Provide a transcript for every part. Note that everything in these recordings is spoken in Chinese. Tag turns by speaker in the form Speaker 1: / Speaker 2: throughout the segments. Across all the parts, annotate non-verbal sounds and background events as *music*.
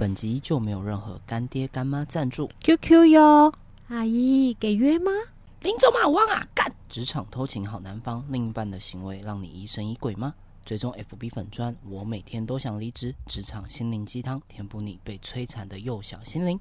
Speaker 1: 本集就没有任何干爹干妈赞助。
Speaker 2: QQ 哟，阿姨给约吗？
Speaker 1: 林总马汪啊，干！职场偷情好男方，另一半的行为让你疑神疑鬼吗？追踪 FB 粉砖，我每天都想离职。职场心灵鸡汤，填补你被摧残的幼小心灵。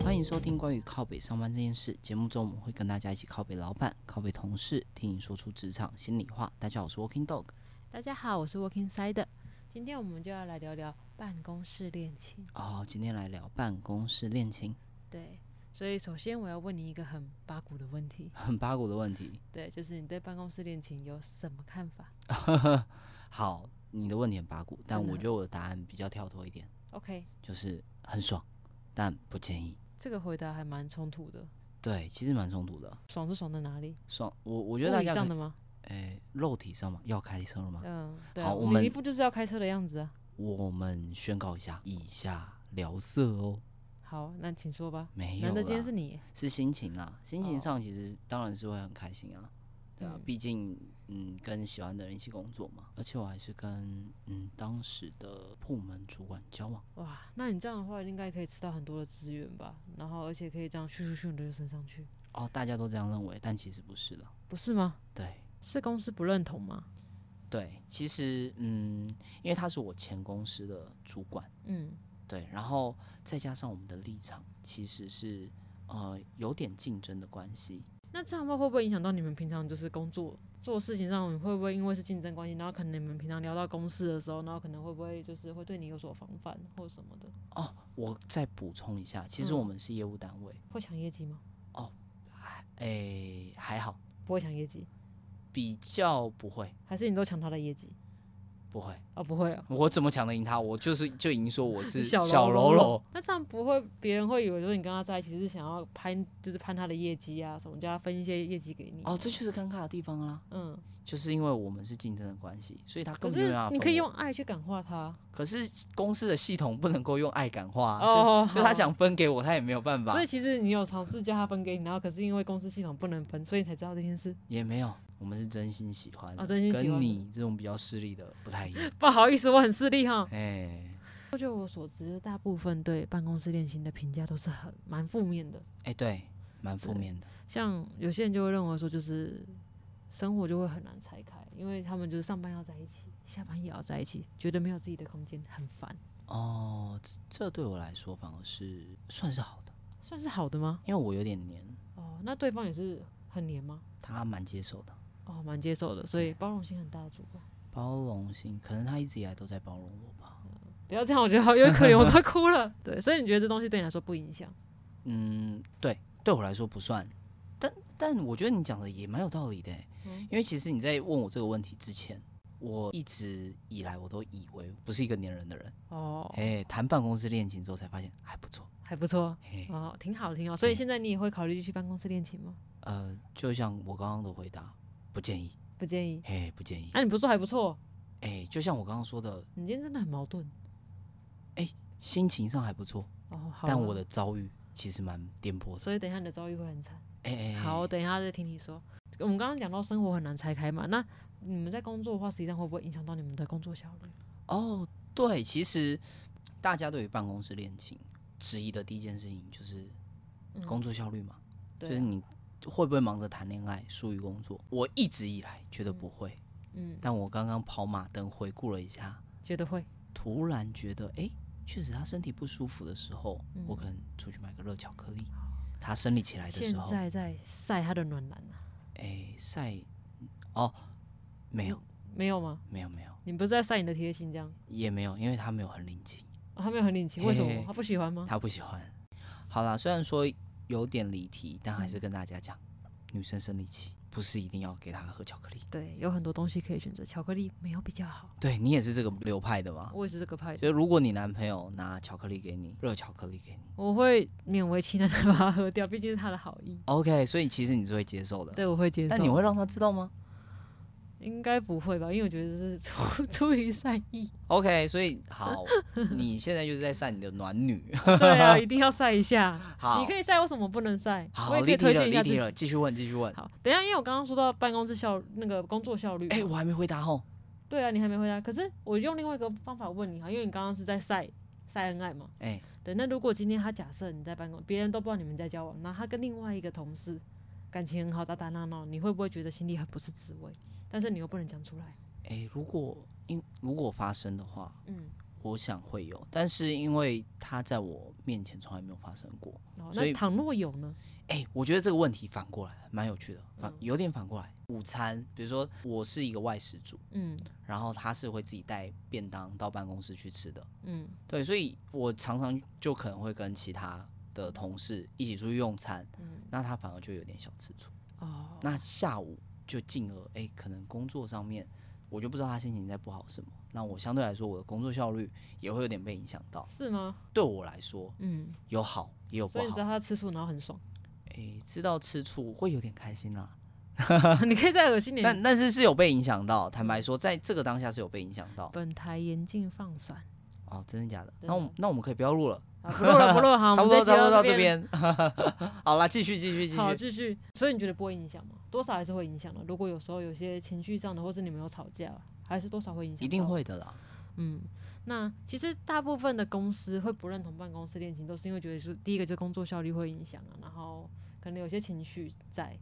Speaker 1: 欢迎收听关于靠北上班这件事。节目中我们会跟大家一起靠北老板、靠北同事，听你说出职场心里话。大家好，我是 Walking Dog。
Speaker 2: 大家好，我是 Working Side，今天我们就要来聊聊办公室恋情。
Speaker 1: 哦，今天来聊办公室恋情，
Speaker 2: 对，所以首先我要问你一个很八股的问题，
Speaker 1: 很八股的问题。
Speaker 2: 对，就是你对办公室恋情有什么看法
Speaker 1: 好，你的问题很八股，但
Speaker 2: 真的啊
Speaker 1: 我觉得我的答案比较跳脱一点，
Speaker 2: ？OK，
Speaker 1: 就是很爽，但不建议。
Speaker 2: 这个回答还蛮冲突的，
Speaker 1: 对，其实蛮冲突的。
Speaker 2: 爽是爽在哪里？
Speaker 1: 爽，我我
Speaker 2: 物
Speaker 1: 觉得大
Speaker 2: 理
Speaker 1: 家
Speaker 2: 上
Speaker 1: 可
Speaker 2: 的
Speaker 1: 以，
Speaker 2: 吗？
Speaker 1: 诶，肉体上嘛，要开车了吗？
Speaker 2: 嗯，对、
Speaker 1: 好
Speaker 2: 啊，
Speaker 1: 我
Speaker 2: 你
Speaker 1: 们
Speaker 2: 一副就是要开车的样子啊。
Speaker 1: 我们宣告一下，以下聊色哦，
Speaker 2: 好，那请说吧。
Speaker 1: 没有
Speaker 2: 难得今天
Speaker 1: 啦
Speaker 2: 是，你，
Speaker 1: 是心情啦，心情
Speaker 2: 哦
Speaker 1: 上其实当然是会很开心啊。对啊
Speaker 2: 嗯，
Speaker 1: 毕竟嗯跟喜欢的人一起工作嘛，而且我还是跟嗯当时的部门主管交往。
Speaker 2: 哇，那你这样的话应该可以吃到很多的资源吧？然后而且可以这样咻咻咻的就升上去，
Speaker 1: 哦，大家都这样认为，但其实不是的。
Speaker 2: 不是吗？
Speaker 1: 对
Speaker 2: 是公司不认同吗？
Speaker 1: 对，其实嗯，因为他是我前公司的主管，
Speaker 2: 嗯，
Speaker 1: 对，然后再加上我们的立场其实是呃有点竞争的关系。
Speaker 2: 那这样的话会不会影响到你们平常就是工作做事情上，你会不会因为是竞争关系，然后可能你们平常聊到公事的时候，然后可能会不会就是会对你有所防范或什么的？
Speaker 1: 哦，我再补充一下，其实我
Speaker 2: 嗯
Speaker 1: 们是业务单位，
Speaker 2: 会抢业绩吗？
Speaker 1: 诶、还好，
Speaker 2: 不会抢业绩，
Speaker 1: 比较不会，
Speaker 2: 还是你都抢他的业绩？
Speaker 1: 不会，
Speaker 2: 哦，不会哦。
Speaker 1: 我怎么抢得赢他？我就是就已经说我是
Speaker 2: *laughs* 小
Speaker 1: 小喽
Speaker 2: 喽
Speaker 1: 啰，，
Speaker 2: 那这样不会，别人会以为说你跟他在一起是想要攀，就是攀他的业绩啊什么，叫他分一些业绩给你。
Speaker 1: 哦，这就是尴尬的地方啦，
Speaker 2: 嗯，
Speaker 1: 就是因为我们是竞争的关系，所以他
Speaker 2: 可
Speaker 1: 根本就没
Speaker 2: 是
Speaker 1: 办法
Speaker 2: 你
Speaker 1: 分
Speaker 2: 可以
Speaker 1: 我
Speaker 2: 用爱去感化他
Speaker 1: 可是公司的系统不能够用爱感化、啊，所
Speaker 2: 哦
Speaker 1: 以，就他想分给我，他也没有办法
Speaker 2: 所以，其实你有尝试叫他分给你，然后可是因为公司系统不能分，所以你才知道这件事。 *laughs*
Speaker 1: 也没有。我们是真心喜欢，
Speaker 2: 哦真心喜欢
Speaker 1: 跟你这种比较势利的不太一样。
Speaker 2: *laughs* 不好意思，我很势利哈。
Speaker 1: 哎、
Speaker 2: 就我所知，大部分对办公室恋情的评价都是很蛮负面的。
Speaker 1: 哎、对，蛮负面的。
Speaker 2: 像有些人就会认为说，就是生活就会很难拆开，因为他们就是上班要在一起，下班也要在一起，觉得没有自己的空间，很烦。
Speaker 1: 哦，这这对我来说反而是算是好的，
Speaker 2: 算是好的吗？
Speaker 1: 因为我有点黏，
Speaker 2: 哦，那对方也是很黏吗？
Speaker 1: 他蛮接受的，
Speaker 2: 哦，蛮接受的，所以包容心很大的主管。
Speaker 1: 包容性，可能他一直以来都在包容我吧。
Speaker 2: 不要这样，我觉得好有点可怜，我快 *laughs* 哭了。对，所以你觉得这东西对你来说不影响？
Speaker 1: 嗯，对，对我来说不算，但但我觉得你讲的也蛮有道理的欸、
Speaker 2: 嗯
Speaker 1: 因为其实你在问我这个问题之前，我一直以来我都以为不是一个黏人的人，
Speaker 2: 哦，
Speaker 1: 哎、谈办公室恋情之后才发现还不错，
Speaker 2: 还不错
Speaker 1: 嘿，
Speaker 2: 哦，挺好挺好。所以
Speaker 1: 对
Speaker 2: 现在你也会考虑去办公室恋情吗？
Speaker 1: 呃，就像我刚刚的回答，不建议，
Speaker 2: 不建议。
Speaker 1: 嘿，不建议，
Speaker 2: 啊，你不是说还不错？
Speaker 1: 哎、就像我刚刚说的，
Speaker 2: 你今天真的很矛盾
Speaker 1: 心情上还不错，
Speaker 2: 哦。好
Speaker 1: 但
Speaker 2: 吧
Speaker 1: 我的遭遇其实蛮颠簸的，
Speaker 2: 所以等一下你的遭遇会很惨。
Speaker 1: 哎、哎
Speaker 2: 好，我，等一下再听你说。我们刚刚讲到生活很难拆开嘛，那你们在工作的话，实际上会不会影响到你们的工作效率？
Speaker 1: 哦，对，其实大家对于办公室恋情质疑的第一件事情就是
Speaker 2: 嗯
Speaker 1: 工作效率嘛，
Speaker 2: 对
Speaker 1: 就是
Speaker 2: 啊，
Speaker 1: 你会不会忙着谈恋爱，疏于工作？我一直以来觉得不会，
Speaker 2: 嗯，
Speaker 1: 但我刚刚跑马灯回顾了一下，
Speaker 2: 觉得会
Speaker 1: 突然觉得，哎、确实他身体不舒服的时候，
Speaker 2: 嗯
Speaker 1: 我可能出去买个热巧克力；他生理起来的
Speaker 2: 现
Speaker 1: 时候，哎、
Speaker 2: 在在晒他的暖男啊？
Speaker 1: 晒，哦，没有，
Speaker 2: 没有吗？
Speaker 1: 没有，没有，
Speaker 2: 你不是在晒你的贴心这样？
Speaker 1: 也没有，因为他没有很领情，
Speaker 2: 哦他没有很领情，为什
Speaker 1: 嘿
Speaker 2: 么？他不喜欢吗？
Speaker 1: 他不喜欢。好啦，虽然说有点离题，但
Speaker 2: 嗯
Speaker 1: 还是跟大家讲，女生生理期不是一定要给她喝巧克力。
Speaker 2: 对，有很多东西可以选择，巧克力没有比较好。
Speaker 1: 对你也是这个流派的吗？
Speaker 2: 我也是这个派的，
Speaker 1: 所以如果你男朋友拿巧克力给你，热巧克力给你
Speaker 2: 我会勉为其难的 *laughs* 把它喝掉，毕竟是他的好意。
Speaker 1: ，OK，所以其实你是会接受的。
Speaker 2: 对，我会接受。 *laughs*
Speaker 1: 但你会让他知道吗？
Speaker 2: 应该不会吧？因为我觉得
Speaker 1: *laughs*
Speaker 2: 是出出于善意。
Speaker 1: OK，所以好，你现在就是在晒你的暖
Speaker 2: *laughs*
Speaker 1: 女。
Speaker 2: 对啊，一定要晒一下。
Speaker 1: 好
Speaker 2: 你可以晒，为什么不能晒？我
Speaker 1: 好，
Speaker 2: 也可
Speaker 1: 立
Speaker 2: 以
Speaker 1: 体
Speaker 2: 推
Speaker 1: 了，
Speaker 2: 荐一
Speaker 1: 立
Speaker 2: 下自
Speaker 1: 体
Speaker 2: 己。
Speaker 1: 了，继续问，继续问。
Speaker 2: 好，等一下，因为我刚刚说到办公室效那个工作效率嘛，
Speaker 1: 哎、我还没回答哦。
Speaker 2: 对啊，你还没回答。可是我用另外一个方法问你哈，因为你刚刚是在晒晒恩爱嘛。
Speaker 1: 哎、
Speaker 2: 对，那如果今天他假设你在办公，别人都不知道你们在交往，那他跟另外一个同事感情很好，打打闹闹，你会不会觉得心里很不是滋味？但是你又不能讲出来。
Speaker 1: 哎、如果因如果发生的话，
Speaker 2: 嗯，
Speaker 1: 我想会有，但是因为它在我面前从来没有发生过。
Speaker 2: 哦，
Speaker 1: 所以
Speaker 2: 那倘若有呢？
Speaker 1: 哎、我觉得这个问题反过来蛮有趣的，反
Speaker 2: 嗯
Speaker 1: 有点反过来。午餐，比如说我是一个外食族，
Speaker 2: 嗯
Speaker 1: 然后他是会自己带便当到办公室去吃的，
Speaker 2: 嗯
Speaker 1: 对，所以我常常就可能会跟其他的同事一起出去用餐，
Speaker 2: 嗯，
Speaker 1: 那他反而就有点小吃醋。
Speaker 2: 哦，
Speaker 1: 那下午就进而哎、可能工作上面我就不知道他心情在不好什么，那我相对来说我的工作效率也会有点被影响到。
Speaker 2: 是吗？
Speaker 1: 对我来说
Speaker 2: 嗯，
Speaker 1: 有好也有不
Speaker 2: 所以你知
Speaker 1: 好，
Speaker 2: 道他吃素，然后
Speaker 1: *laughs*
Speaker 2: 很爽，
Speaker 1: 哎、吃到吃醋会有点开心啦，
Speaker 2: 你可以再恶心点。
Speaker 1: 但但是是有被影响到。坦
Speaker 2: 嗯
Speaker 1: 白说，在这个当下是有被影响到。
Speaker 2: 本台严禁放闪。
Speaker 1: 哦，真的假的？
Speaker 2: 真
Speaker 1: 那我们那我们可以不要录了。
Speaker 2: 好，不录了，不录了，好，
Speaker 1: *laughs*
Speaker 2: 我
Speaker 1: 差
Speaker 2: 们
Speaker 1: 不多，
Speaker 2: 这集
Speaker 1: 差不多到
Speaker 2: 到
Speaker 1: 这
Speaker 2: 这边
Speaker 1: 边。
Speaker 2: *laughs*
Speaker 1: 好啦，继续，继续，继
Speaker 2: 好，
Speaker 1: 续。
Speaker 2: 继续。所以你觉得不会影响吗？多少还是会影响的。如果有时候有些情绪上的，或是你们有吵架，还是多少会影响到。
Speaker 1: 一定会的啦。
Speaker 2: 嗯，那其实大部分的公司会不认同办公室恋情，都是因为觉得是第一个就是工作效率会影响啊，然后可能有些情绪在，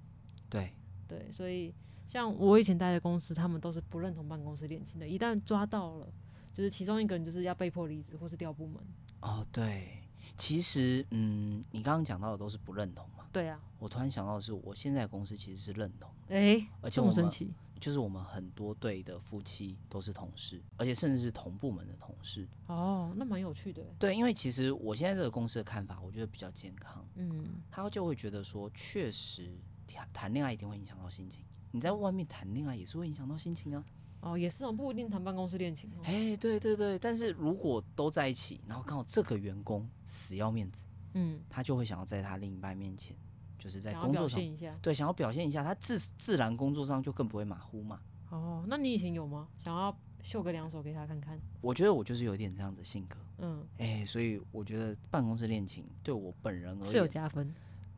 Speaker 1: 对，
Speaker 2: 对，所以像我以前待的公司，他们都是不认同办公室恋情的，一旦抓到了，就是其中一个人就是要被迫离职或是调部门，
Speaker 1: 哦，对。其实，嗯，你刚刚讲到的都是不认同嘛。
Speaker 2: 对啊，
Speaker 1: 我突然想到的是，我现在的公司其实是认同，
Speaker 2: 诶、
Speaker 1: 而且
Speaker 2: 这
Speaker 1: 我
Speaker 2: 么神
Speaker 1: 们
Speaker 2: 奇
Speaker 1: 就是我们很多对的夫妻都是同事，而且甚至是同部门的同事。
Speaker 2: 哦，那蛮有趣的欸，
Speaker 1: 对，因为其实我现在这个公司的看法，我觉得比较健康。
Speaker 2: 嗯，
Speaker 1: 他就会觉得说，确实谈谈恋爱一定会影响到心情。你在外面谈恋爱也是会影响到心情啊。
Speaker 2: 哦，也是哦，不一定谈办公室恋情哦，
Speaker 1: 哎、对对对，但是如果都在一起，然后刚好这个员工死要面子，
Speaker 2: 嗯，
Speaker 1: 他就会想要在他另一半面前，就是在
Speaker 2: 想要
Speaker 1: 工
Speaker 2: 表
Speaker 1: 作上
Speaker 2: 现，一下，
Speaker 1: 对，想要表现一下，他自自然工作上就更不会马虎嘛。
Speaker 2: 哦，那你以前有吗？想要秀个两手给他看看，
Speaker 1: 我觉得我就是有点这样子性格，
Speaker 2: 嗯，
Speaker 1: 哎、所以我觉得办公室恋情对我本人而
Speaker 2: 是有
Speaker 1: 言，
Speaker 2: 加分。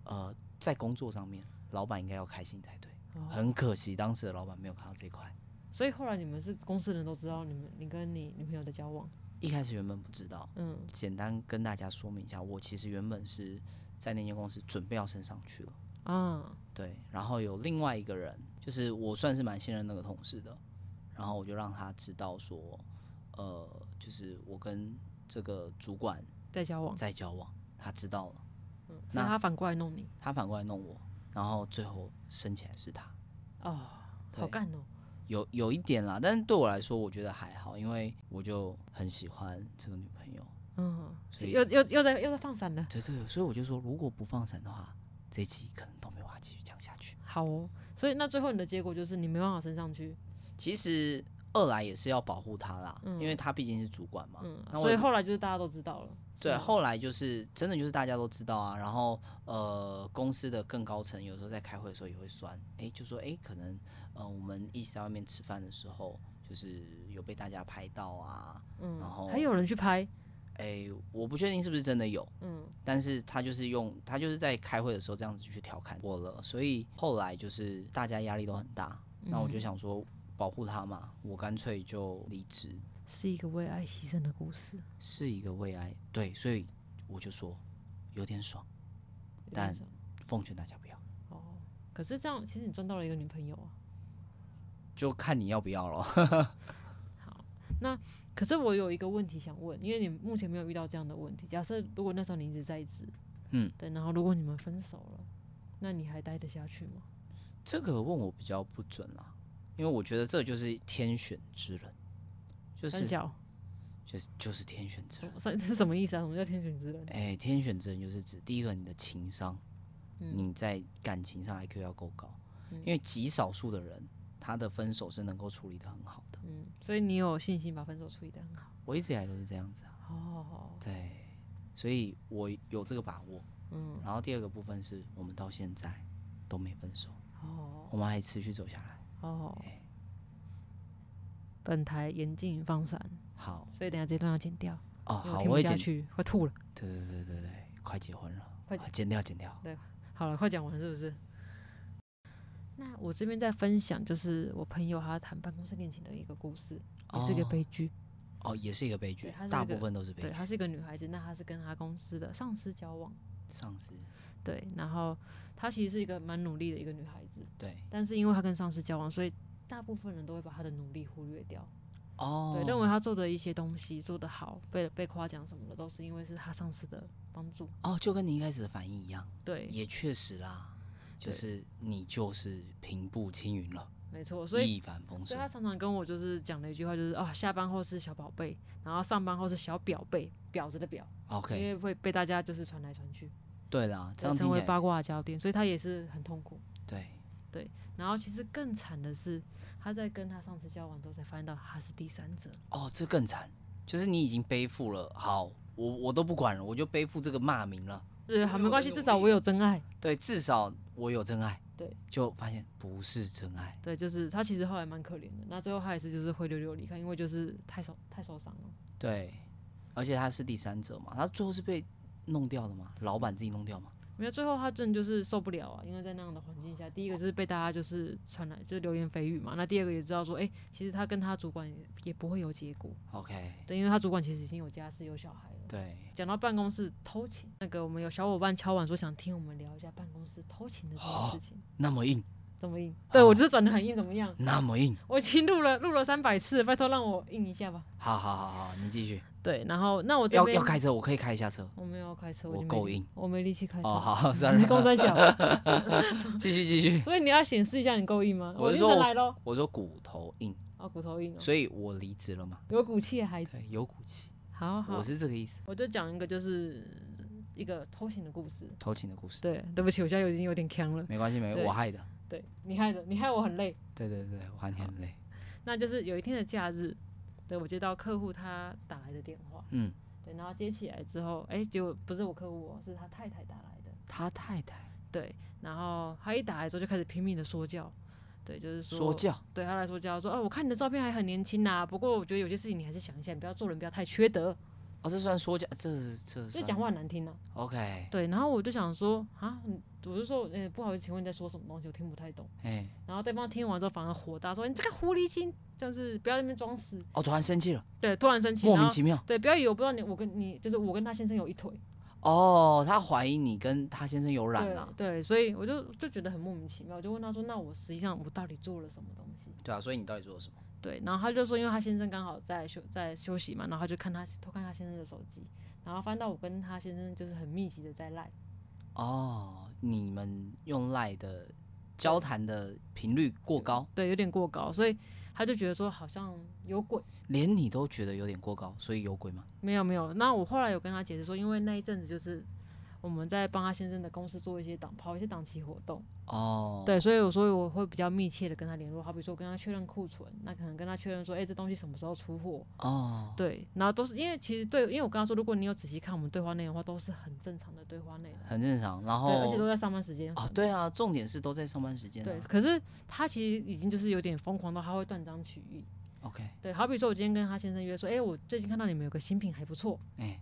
Speaker 1: 呃，在工作上面，老板应该要开心才对。*laughs*
Speaker 2: 哦
Speaker 1: 很可惜，当时的老板没有看到这一块。
Speaker 2: 所以后来你们是公司人都知道你们你跟你女朋友的交往，
Speaker 1: 一开始原本不知道，
Speaker 2: 嗯，
Speaker 1: 简单跟大家说明一下，我其实原本是在那间公司准备要升上去了，
Speaker 2: 啊，
Speaker 1: 对，然后有另外一个人，就是我算是蛮信任那个同事的，然后我就让他知道说，呃，就是我跟这个主管
Speaker 2: 在交往，
Speaker 1: 在交往，他知道了，
Speaker 2: 嗯，
Speaker 1: 那
Speaker 2: 那他反过来弄你，
Speaker 1: 他反过来弄我，然后最后升起来是他，
Speaker 2: 哦，
Speaker 1: 对
Speaker 2: 好干哦，
Speaker 1: 有有一点啦，但是对我来说，我觉得还好，因为我就很喜欢这个女朋友，
Speaker 2: 嗯，
Speaker 1: 所以
Speaker 2: 又又又在又在放闪了，
Speaker 1: 对对，所以我就说，如果不放闪的话，这一集可能都没办法继续讲下去。
Speaker 2: 好哦，所以那最后你的结果就是你没办法升上去，
Speaker 1: 其实二来也是要保护他啦，
Speaker 2: 嗯
Speaker 1: 因为他毕竟是主管嘛。
Speaker 2: 嗯，
Speaker 1: 啊那我
Speaker 2: 所以
Speaker 1: 也不
Speaker 2: 后来就是大家都知道了，是
Speaker 1: 对，
Speaker 2: 吗
Speaker 1: 后来就是真的就是大家都知道啊，然后呃，公司的更高层有时候在开会的时候也会酸，哎，就说哎，可能呃我们一起在外面吃饭的时候，就是有被大家拍到啊，然后
Speaker 2: 嗯，还有人去拍，
Speaker 1: 哎，我不确定是不是真的有，
Speaker 2: 嗯，
Speaker 1: 但是他就是用他就是在开会的时候这样子去调侃我了，所以后来就是大家压力都很大，那我就
Speaker 2: 嗯
Speaker 1: 想说保护他嘛，我干脆就离职，
Speaker 2: 是一个为爱牺牲的故事，
Speaker 1: 是一个胃癌，对，所以我就说有点爽，
Speaker 2: 有
Speaker 1: 但
Speaker 2: 点像
Speaker 1: 奉劝大家不要，
Speaker 2: 哦，可是这样其实你赚到了一个女朋友啊。
Speaker 1: 就看你要不要了。
Speaker 2: 可是我有一个问题想问，因为你目前没有遇到这样的问题。假设如果那时候你一直在职，
Speaker 1: 嗯，
Speaker 2: 对，然后如果你们分手了，那你还待得下去吗？
Speaker 1: *laughs* 这个问我比较不准啦，因为我觉得这就是天选之人，就
Speaker 2: 三
Speaker 1: 是
Speaker 2: 小，
Speaker 1: 就是就是天选之
Speaker 2: 什
Speaker 1: 人
Speaker 2: 么。三 *laughs* 是什么意思啊？什么叫天选之人？
Speaker 1: 哎、天选之人就是指第一个你的情商，
Speaker 2: 嗯
Speaker 1: 你在感情上 IQ 要够高，
Speaker 2: 嗯
Speaker 1: 因为极少数的人他的分手是能够处理的很好的。
Speaker 2: 嗯，所以你有信心把分手处理得很好。
Speaker 1: 我一直以来都是这样子啊，
Speaker 2: 哦，
Speaker 1: 对，所以我有这个把握。
Speaker 2: 嗯，
Speaker 1: 然后第二个部分是我们到现在都没分手，
Speaker 2: 哦
Speaker 1: 我们还持续走下来。
Speaker 2: 哦，本台严禁放闪，
Speaker 1: 好
Speaker 2: 所以等一下这段要剪掉，
Speaker 1: 哦，
Speaker 2: 因为我
Speaker 1: 好，
Speaker 2: 听
Speaker 1: 我
Speaker 2: 不
Speaker 1: 会
Speaker 2: 下
Speaker 1: 剪。
Speaker 2: 去，快吐了。
Speaker 1: 对对对对对，快结婚了，
Speaker 2: 快
Speaker 1: 好剪掉剪掉。
Speaker 2: 好了，快讲完是不是？那我这边在分享，就是我朋友他谈办公室恋情的一个故事，也是一个
Speaker 1: 哦
Speaker 2: 悲剧。
Speaker 1: 哦，也是一个悲剧
Speaker 2: 对它是，
Speaker 1: 大
Speaker 2: 一个
Speaker 1: 部分都是悲
Speaker 2: 对，
Speaker 1: 剧。
Speaker 2: 她是一个女孩子，那她是跟她公司的上司交往，
Speaker 1: 上司
Speaker 2: 对，然后她其实是一个蛮努力的一个女孩子，
Speaker 1: 对
Speaker 2: 但是因为她跟上司交往，所以大部分人都会把她的努力忽略掉，
Speaker 1: 哦，
Speaker 2: 对，认为她做的一些东西做得好，被被夸奖什么的，都是因为是她上司的帮助，
Speaker 1: 哦，就跟你一开始的反应一样，
Speaker 2: 对，
Speaker 1: 也确实啦，就
Speaker 2: 对
Speaker 1: 是你就是平步青云了，
Speaker 2: 没错，所以。
Speaker 1: 一帆风
Speaker 2: 所以
Speaker 1: 顺
Speaker 2: 她。常常跟我就是讲了一句话，就是啊，下班后是小宝贝，然后上班后是小表贝，婊子的婊，因
Speaker 1: OK，
Speaker 2: 为会被大家就是传来传去，
Speaker 1: 对啦，这样
Speaker 2: 成
Speaker 1: 听起
Speaker 2: 为
Speaker 1: 来
Speaker 2: 八卦的焦点，所以她也是很痛苦。
Speaker 1: 对
Speaker 2: 然后其实更惨的是，她在跟她上司交往之后才发现到她是第三者，
Speaker 1: 哦，这更惨，就是你已经背负了，好，我我都不管了，我就背负这个骂名了。
Speaker 2: 对，好没关系，
Speaker 1: 我有
Speaker 2: 至少我有真爱。
Speaker 1: 对，至少我有真爱。
Speaker 2: 对，
Speaker 1: 就发现不是真爱。
Speaker 2: 对，就是她其实后来蛮可怜的，那最后她也是就是灰溜溜离开，因为就是太受太受伤了。
Speaker 1: 对，而且他是第三者嘛，他最后是被弄掉的嘛，老板自己弄掉嘛。
Speaker 2: 没有，最后她真的就是受不了啊，因为在那样的环境下，第一个就是被大家就是传来就是流言蜚语嘛，那第二个也知道说，哎、其实她跟她主管也也不会有结果，
Speaker 1: OK，
Speaker 2: 对，因为她主管其实已经有家室有小孩了。
Speaker 1: 对，
Speaker 2: 讲到办公室偷情，那个我们有小伙伴敲碗说想听我们聊一下办公室偷情的这件事情，
Speaker 1: 那么硬，
Speaker 2: 怎么硬？对
Speaker 1: 好
Speaker 2: 我就是转的很硬，怎么样？ *laughs*
Speaker 1: 那么硬，
Speaker 2: 我已经录了录了三百次，拜托让我印一下吧。
Speaker 1: 好好好好，你继续。
Speaker 2: 对，然后那我这
Speaker 1: 要
Speaker 2: 边
Speaker 1: 要开车，我可以开一下车。
Speaker 2: 我没有开车，
Speaker 1: 我
Speaker 2: 就没
Speaker 1: 够
Speaker 2: 力
Speaker 1: 硬，
Speaker 2: 我没力气开车。
Speaker 1: 哦，，好，算
Speaker 2: *laughs* 你够
Speaker 1: 了，
Speaker 2: 三小，
Speaker 1: *laughs* 继续继续。
Speaker 2: 所以你要显示一下你够硬吗？
Speaker 1: 我是
Speaker 2: 凌
Speaker 1: 说
Speaker 2: 晨
Speaker 1: 我
Speaker 2: 来喽，
Speaker 1: 我说骨头硬，
Speaker 2: 哦，骨头硬哦，
Speaker 1: 所以我离职了嘛。
Speaker 2: 有骨气的孩子。
Speaker 1: 对，有骨气，
Speaker 2: 好好，
Speaker 1: 我
Speaker 2: 我
Speaker 1: 是这个意思。
Speaker 2: 就讲一个就是一个偷情的故事。
Speaker 1: 偷情的故事，
Speaker 2: 对，对不起，我现在已经有点呛了。
Speaker 1: 没关系，没
Speaker 2: 哦对
Speaker 1: 我害的。
Speaker 2: 对你害的，你害我很累。
Speaker 1: 对对对，我喊你很累。
Speaker 2: 那就是有一天的假日，对我接到客户他打来的电话，
Speaker 1: 嗯，
Speaker 2: 对，然后接起来之后，哎、结果不是我客户哦，是他太太打来的。
Speaker 1: 他太太
Speaker 2: 对，然后他一打来之后就开始拼命的说教，对，就是说，
Speaker 1: 说教，
Speaker 2: 对他来说教，说哦，我看你的照片还很年轻呐、不过我觉得有些事情你还是想一下，你不要做人不要太缺德，
Speaker 1: 哦，这算说教，这这
Speaker 2: 就
Speaker 1: 算
Speaker 2: 讲话很难听啊呐、
Speaker 1: OK，
Speaker 2: 对，然后我就想说啊，你我就说，嗯、不好意思，请问你在说什么东西，我听不太懂。
Speaker 1: 哎，
Speaker 2: 然后对方听完之后反而火大，说你这个狐狸精，就是不要在那边装死。
Speaker 1: 哦，突然生气了，
Speaker 2: 对，突然生气，
Speaker 1: 莫
Speaker 2: 然
Speaker 1: 名
Speaker 2: 后
Speaker 1: 其妙。
Speaker 2: 对，不要以为我不知道你，我跟你就是我跟他先生有一腿，
Speaker 1: 哦，他怀疑你跟他先生有染啊了。
Speaker 2: 对对，所以我就就觉得很莫名其妙，我就问他说，那我实际上我到底做了什么东西？
Speaker 1: 对啊，所以你到底做了什么？
Speaker 2: 对，然后他就说，因为他先生刚好在休在休息嘛，然后他就看他偷看他先生的手机，然后翻到我跟他先生就是很密集的在赖，
Speaker 1: 哦，你们用赖的交谈的频率过高，
Speaker 2: 对，有点过高，所以他就觉得说好像有鬼，
Speaker 1: 连你都觉得有点过高，所以有鬼吗？
Speaker 2: 没有没有。那我后来有跟他解释说，因为那一阵子就是我们在帮他先生的公司做一些党跑一些档期活动，
Speaker 1: 哦，，
Speaker 2: 对，所以我所以我会比较密切的跟他联络，好比说我跟他确认库存，那可能跟他确认说，哎、这东西什么时候出货，
Speaker 1: 哦，
Speaker 2: 对，然后都是因为其实对，因为我跟他说，如果你有仔细看我们对话内容的话，都是很正常的对话内容。
Speaker 1: 很正常。然后
Speaker 2: 对，而且都在上班时间
Speaker 1: 哦，对啊，重点是都在上班时间、啊。
Speaker 2: 对，可是他其实已经就是有点疯狂到他会断章取义。
Speaker 1: ，OK，
Speaker 2: 对，好比说，我今天跟他先生约说，哎、我最近看到你们有个新品还不错，
Speaker 1: 哎、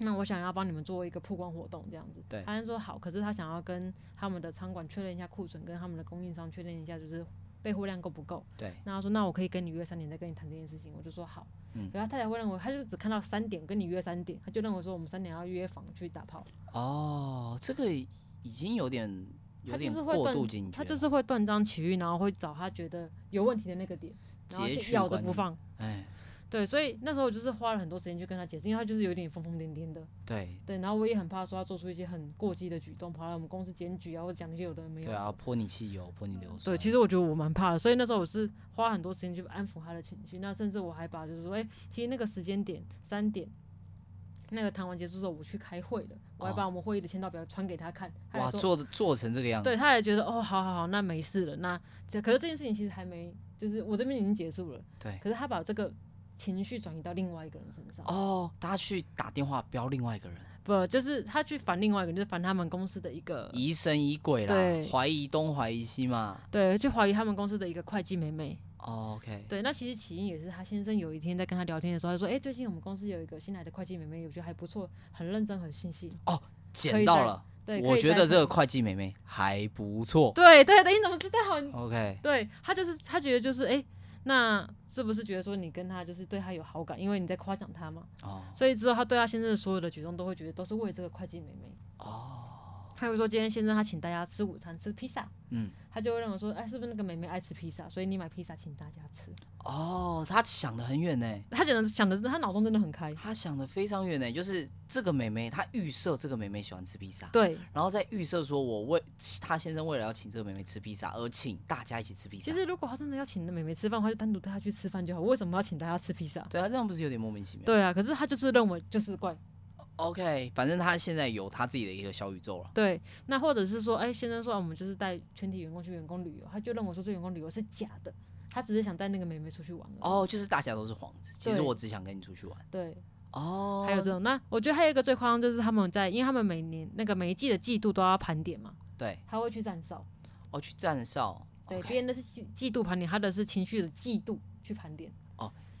Speaker 2: 那我想要帮你们做一个曝光活动这样子。
Speaker 1: 对
Speaker 2: 他先说好，可是他想要跟他们的仓管确认一下库存，跟他们的供应商确认一下，就是备货量够不够。
Speaker 1: 对，
Speaker 2: 那他说，那我可以跟你约三点再跟你谈这件事情，我就说好。
Speaker 1: 嗯
Speaker 2: 可他太太会认为，他就只看到三点跟你约三点，他就认为说我们三点要约房去打炮，
Speaker 1: 嗯哦，这个已经有点有
Speaker 2: 他就
Speaker 1: 点
Speaker 2: 是会
Speaker 1: 过度
Speaker 2: 断
Speaker 1: 警觉，
Speaker 2: 他就是会断章取义，然后会找他觉得有问题的那个点，然后
Speaker 1: 截
Speaker 2: 就
Speaker 1: 取
Speaker 2: 咬着
Speaker 1: 观
Speaker 2: 不
Speaker 1: 念
Speaker 2: 放。
Speaker 1: 哎，
Speaker 2: 对，所以那时候我就是花了很多时间去跟他解释，因为他就是有点疯疯癫癫的，
Speaker 1: 对
Speaker 2: 对，然后我也很怕说他做出一些很过激的举动，跑来我们公司检举啊，或者讲一些有的没有
Speaker 1: 对
Speaker 2: 的。
Speaker 1: 啊，泼你汽油，泼你硫
Speaker 2: 对，
Speaker 1: 酸，
Speaker 2: 其实我觉得我蛮怕的，所以那时候我是花很多时间去安抚他的情绪，那甚至我还把就是说，哎、其实那个时间点三点，那个谈完结束之后我去开会了，我还
Speaker 1: 哦
Speaker 2: 把我们会议的签到表传给他看，他
Speaker 1: 哇，
Speaker 2: 还说，
Speaker 1: 做的做成这个样子，
Speaker 2: 对，他也觉得哦，好好好，那没事了，那这可是这件事情其实还没，就是我这边已经结束了，
Speaker 1: 对
Speaker 2: 可是他把这个情绪转移到另外一个人身上。
Speaker 1: 哦哦，大家去打电话标另外一个人，
Speaker 2: 不就是他去烦另外一个，就是烦他们公司的一个，
Speaker 1: 疑神疑鬼啦
Speaker 2: 对，
Speaker 1: 怀疑东怀疑西嘛。
Speaker 2: 对，去怀疑他们公司的一个会计妹妹。
Speaker 1: 哦 OK，
Speaker 2: 对，那其实起因也是他先生有一天在跟他聊天的时候，他说：“哎、最近我们公司有一个新来的会计妹妹，我觉得还不错，很认真，很细心。
Speaker 1: 捡到了。
Speaker 2: 对，可
Speaker 1: 我
Speaker 2: 以
Speaker 1: 觉
Speaker 2: 带
Speaker 1: 得这个
Speaker 2: 上
Speaker 1: 会计妹妹还不错。
Speaker 2: 对对对，你怎么知道？
Speaker 1: OK，
Speaker 2: 对他就是他觉得就是哎、诶那是不是觉得说你跟他就是对他有好感，因为你在夸奖他嘛？
Speaker 1: 哦
Speaker 2: 所以之后他对他先生的所有的举动都会觉得都是为了这个会计妹妹。
Speaker 1: 哦，
Speaker 2: 他会说今天先生他请大家吃午餐，吃披萨，
Speaker 1: 嗯，
Speaker 2: 他就会认为说，哎，是不是那个妹妹爱吃披萨，所以你买披萨请大家吃？
Speaker 1: 哦，他想的很远呢，
Speaker 2: 他讲的想的是他脑洞真的很开，
Speaker 1: 他想的非常远呢，就是这个妹妹，她预设这个妹妹喜欢吃披萨，
Speaker 2: 对，
Speaker 1: 然后再预设说我为她先生为了要请这个妹妹吃披萨，而请大家一起吃披萨。
Speaker 2: 其实如果他真的要请妹妹吃饭，他就单独带她去吃饭就好，为什么要请大家吃披萨？
Speaker 1: 对啊，这样不是有点莫名其妙？
Speaker 2: 对啊，可是他就是认为就是怪。
Speaker 1: OK，反正她现在有她自己的一个小宇宙了。
Speaker 2: 对，那或者是说，哎、先生说、啊、我们就是带全体员工去员工旅游，他就认为说这员工旅游是假的，他只是想带那个妹妹出去玩而已。
Speaker 1: 哦，就是大家都是幌子，其实
Speaker 2: 对
Speaker 1: 我只想跟你出去玩。
Speaker 2: 对，
Speaker 1: 哦，
Speaker 2: 还有这种。那我觉得还有一个最夸张就是他们在，因为他们每年那个每一季的季度都要盘点嘛，
Speaker 1: 对，
Speaker 2: 他会去站哨。
Speaker 1: 哦，去站哨。
Speaker 2: 对，
Speaker 1: OK
Speaker 2: 别人的是季季度盘点，他的是情绪的季度去盘点，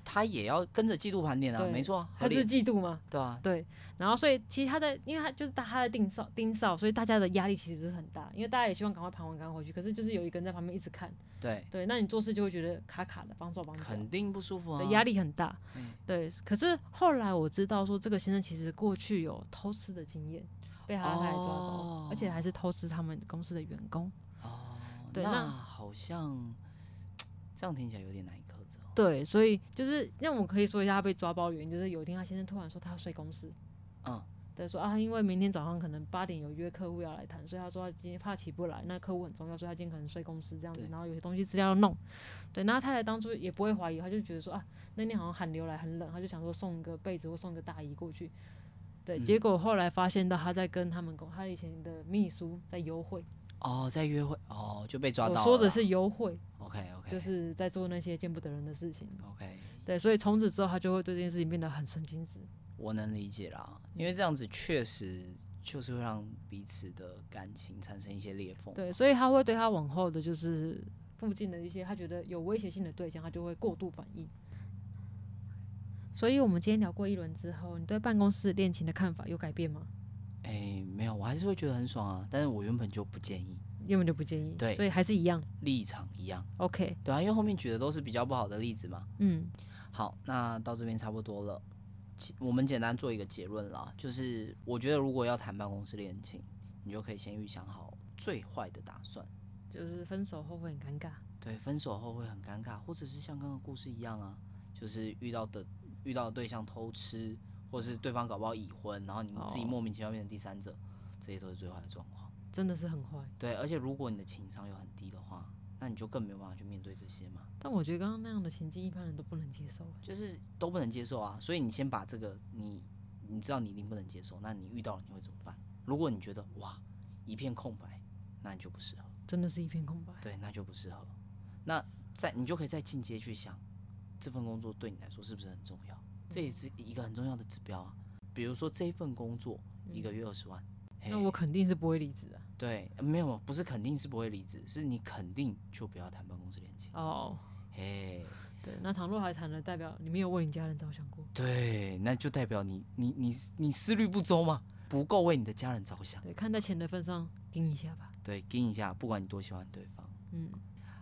Speaker 1: 他也要跟着季度盘点啊，
Speaker 2: 对
Speaker 1: 没错啊，合
Speaker 2: 他是
Speaker 1: 理，
Speaker 2: 季度嘛。
Speaker 1: 对啊，
Speaker 2: 对，然后所以其实他在，因为他就是大他在盯梢盯梢，所以大家的压力其实是很大，因为大家也希望赶快盘完赶快回去，可是就是有一个人在旁边一直看，
Speaker 1: 对，
Speaker 2: 对，那你做事就会觉得卡卡的，帮手帮脚
Speaker 1: 肯。定不舒服啊
Speaker 2: 对，，压力很大
Speaker 1: 嗯。
Speaker 2: 对，可是后来我知道说，这个先生其实过去有偷吃的经验，被他太太抓
Speaker 1: 哦
Speaker 2: 到，而且还是偷吃他们公司的员工。
Speaker 1: 哦，
Speaker 2: 对
Speaker 1: 那
Speaker 2: 那
Speaker 1: 好像这样听起来有点难以苛责哦。
Speaker 2: 对，所以就是那我可以说一下他被抓包的原因，就是有一天他先生突然说他要睡公司，
Speaker 1: 嗯，
Speaker 2: 对，说啊，因为明天早上可能八点有约客户要来谈，所以他说他今天怕起不来，那客户很重要，所以他今天可能睡公司这样子
Speaker 1: 对，
Speaker 2: 然后有些东西资料要弄，对，那他太太当初也不会怀疑，他就觉得说啊，那天好像寒流来很冷，他就想说送个被子或送个大衣过去，对，
Speaker 1: 嗯
Speaker 2: 结果后来发现到他在跟他们公他以前的秘书在幽会，
Speaker 1: 哦，在约会哦就被抓
Speaker 2: 我
Speaker 1: 到了啦。
Speaker 2: 说的是幽会，
Speaker 1: OK OK，
Speaker 2: 就是在做那些见不得人的事情，
Speaker 1: OK，
Speaker 2: 对，所以从此之后他就会对这件事情变得很神经质，
Speaker 1: 我能理解啦，因为这样子确实就是会让彼此的感情产生一些裂缝。
Speaker 2: 对，所以他会对他往后的就是附近的一些他觉得有威胁性的对象，他就会过度反应。所以我们今天聊过一轮之后，你对办公室恋情的看法有改变吗？
Speaker 1: 哎、没有，我还是会觉得很爽啊，但是我原本就不建议，
Speaker 2: 原本就不建议，
Speaker 1: 对
Speaker 2: 所以还是一样。
Speaker 1: 立场一样，
Speaker 2: OK，
Speaker 1: 对啊，因为后面举的都是比较不好的例子嘛。
Speaker 2: 嗯，
Speaker 1: 好，那到这边差不多了。其我们简单做一个结论啦，就是我觉得如果要谈办公室恋情，你就可以先预想好最坏的打算。
Speaker 2: 就是分手后会很尴尬。
Speaker 1: 对，分手后会很尴尬，或者是像刚刚的故事一样啊，就是遇到的遇到的对象偷吃，或者是对方搞不好已婚，然后你自己
Speaker 2: 哦
Speaker 1: 莫名其妙变成第三者，这些都是最坏的状况。
Speaker 2: 真的是很坏，
Speaker 1: 对，而且如果你的情商又很低的话，那你就更没有办法去面对这些嘛，
Speaker 2: 但我觉得刚刚那样的情境一般人都不能接受。
Speaker 1: 就是都不能接受啊。所以你先把这个你你知道你一定不能接受，那你遇到了你会怎么办？如果你觉得哇一片空白，那你就不适合。
Speaker 2: 真的是一片空白。
Speaker 1: 对，那就不适合。那在你就可以再进阶去想，这份工作对你来说是不是很重要？这也是一个很重要的指标啊。比如说这份工作一个月二十万，
Speaker 2: 嗯那
Speaker 1: 嘿
Speaker 2: 我肯定是不会离职啊。
Speaker 1: 对呃没有不是肯定是不会离职，是你肯定就不要谈办公室恋情。
Speaker 2: 哦，
Speaker 1: 嘿，
Speaker 2: 对，那倘若还谈了，代表你没有为你家人着想过。
Speaker 1: 对，那就代表你你你你思虑不周嘛，不够为你的家人着想。
Speaker 2: 对，看在钱的份上，盯一下吧。
Speaker 1: 对，盯一下，不管你多喜欢对方。
Speaker 2: 嗯，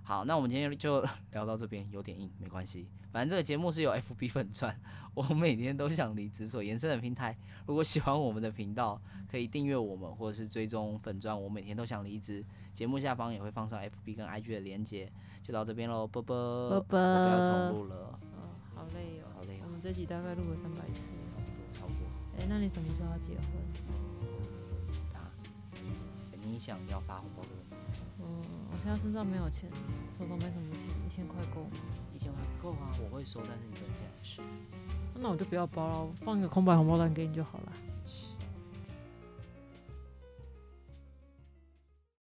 Speaker 1: 好，那我们今天就 *laughs* 聊到这边，有点硬，没关系。反正这个节目是由 FB 粉钻，我每天都想离职所延伸的平台。如果喜欢我们的频道，可以订阅我们，或者是追踪粉钻。我每天都想离职，节目下方也会放上 FB 跟 IG 的连接。就到这边喽，啵啵，
Speaker 2: 啵啵
Speaker 1: 我呃不要重录了，
Speaker 2: 哦，好累哦。
Speaker 1: 好累
Speaker 2: 我
Speaker 1: 哦，
Speaker 2: 们这集大概录了三百次。
Speaker 1: 差不多，超过。
Speaker 2: 哎、那你什么时候要结婚？
Speaker 1: 啊，你想要发红包对不对？
Speaker 2: 嗯，我现在身上没有钱，手头没什么钱，一千块够吗？
Speaker 1: 一千块不够啊，我会收，但是你不能进来吃。
Speaker 2: 那我就不要包了，我放一个空白红包单给你就好了。